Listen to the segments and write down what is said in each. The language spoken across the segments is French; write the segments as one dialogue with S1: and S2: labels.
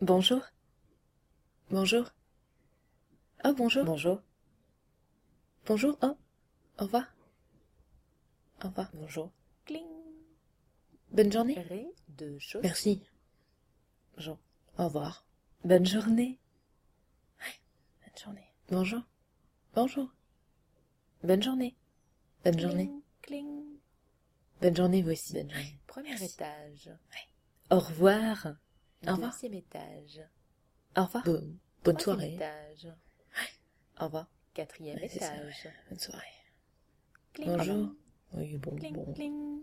S1: Bonjour. Bonjour. Oh, bonjour.
S2: Bonjour,
S1: Bonjour. Oh, au revoir. Au revoir.
S2: bonjour. Cling.
S1: Bonne journée.
S2: Ré de choses.
S1: Merci. Bonjour. Au revoir. Bonne journée. Ouais, bonne journée. Bonjour. Bonjour. Bonne journée. Bonne journée.
S2: Cling.
S1: Bonne journée, vous aussi. Bonne journée.
S2: Premier
S1: Merci.
S2: étage.
S1: Au revoir. Au revoir.
S2: Deuxième étage.
S1: Au revoir. Bonne, bonne
S2: Troisième
S1: soirée.
S2: étage.
S1: Au revoir.
S2: Quatrième
S1: Ouais, c'est ça,
S2: étage.
S1: Bonne soirée.
S2: Cling.
S1: Bonjour. Oui, bon,
S2: Cling,
S1: bon.
S2: cling.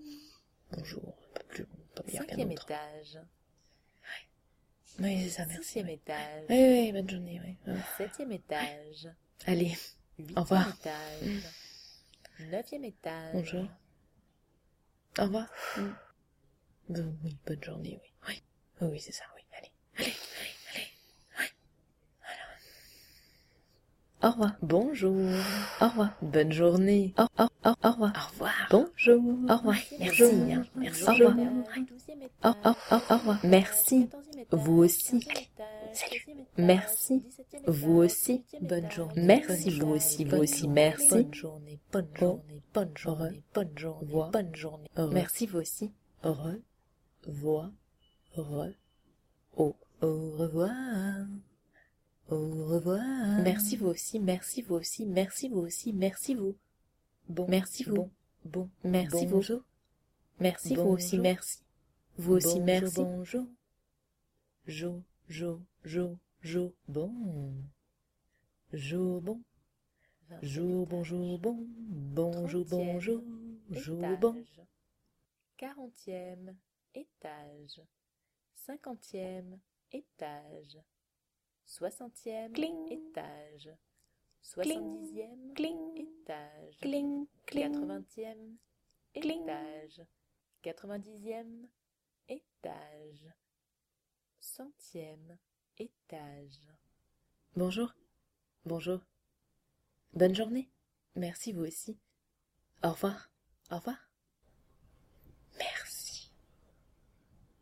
S1: Bonjour. Pas plus, pas meilleur qu'un
S2: Cinquième
S1: autre.
S2: étage.
S1: Oui, c'est ça, merci.
S2: Sixième étage.
S1: Oui, oui, bonne journée, oui. Euh,
S2: Septième étage.
S1: Allez,
S2: Huitième
S1: revoir.
S2: étage. Neuvième étage.
S1: Bonjour.
S2: Euh,
S1: au revoir.
S2: Mm.
S1: Bon, oui, bonne journée, oui. Oui, oui, oui, c'est ça, oui. Allez, allez, allez, allez. Ouais. Voilà. Au revoir. Bonjour. Au revoir. Bonne journée. Au, au, au, au revoir. Au revoir. Bonjour. Au revoir. Merci.
S2: Douzième étage.
S1: Merci. Au
S2: Douzième
S1: revoir.
S2: étage. Douzième
S1: Au, au,
S2: étage.
S1: au, au revoir. Merci.
S2: Quatorzième étage.
S1: Vous aussi.
S2: Quinzième étage.
S1: Salut.
S2: Seizième étage.
S1: Merci.
S2: Dix-septième
S1: Vous
S2: étage.
S1: aussi.
S2: Huitième
S1: Bonne
S2: étage.
S1: journée.
S2: Neuvième
S1: Merci, vous
S2: étage.
S1: aussi, vous
S2: Bonne
S1: aussi.
S2: journée.
S1: Merci.
S2: Bonne journée, bonne
S1: Bon.
S2: journée, bonne journée, bonne journée,
S1: Voix.
S2: bonne journée.
S1: Heureux.
S2: Merci vous aussi.
S1: Re, voix, re, au, au revoir, au revoir.
S2: Merci vous aussi, merci vous aussi, merci vous aussi, merci vous.
S1: Bon,
S2: Merci vous.
S1: Bon, bon,
S2: Merci vous.
S1: bonjour,
S2: Merci vous aussi,
S1: Bonjour.
S2: merci. Vous aussi,
S1: bonjour,
S2: merci.
S1: Bonjour, jo, jo, jo, jo, bon, jo, bon, jo, bonjour, bon, bonjour,
S2: Trentième
S1: bonjour, jo, bon.
S2: étage. Quarantième étage. Cinquantième étage. Soixantième étage. Soixante-dixième étage. Quatre-vingtième étage. Quatre-vingt-dixième étage. Centième étage.
S1: Bonjour. Bonjour. Bonne journée. Merci vous aussi. Au revoir. Au revoir.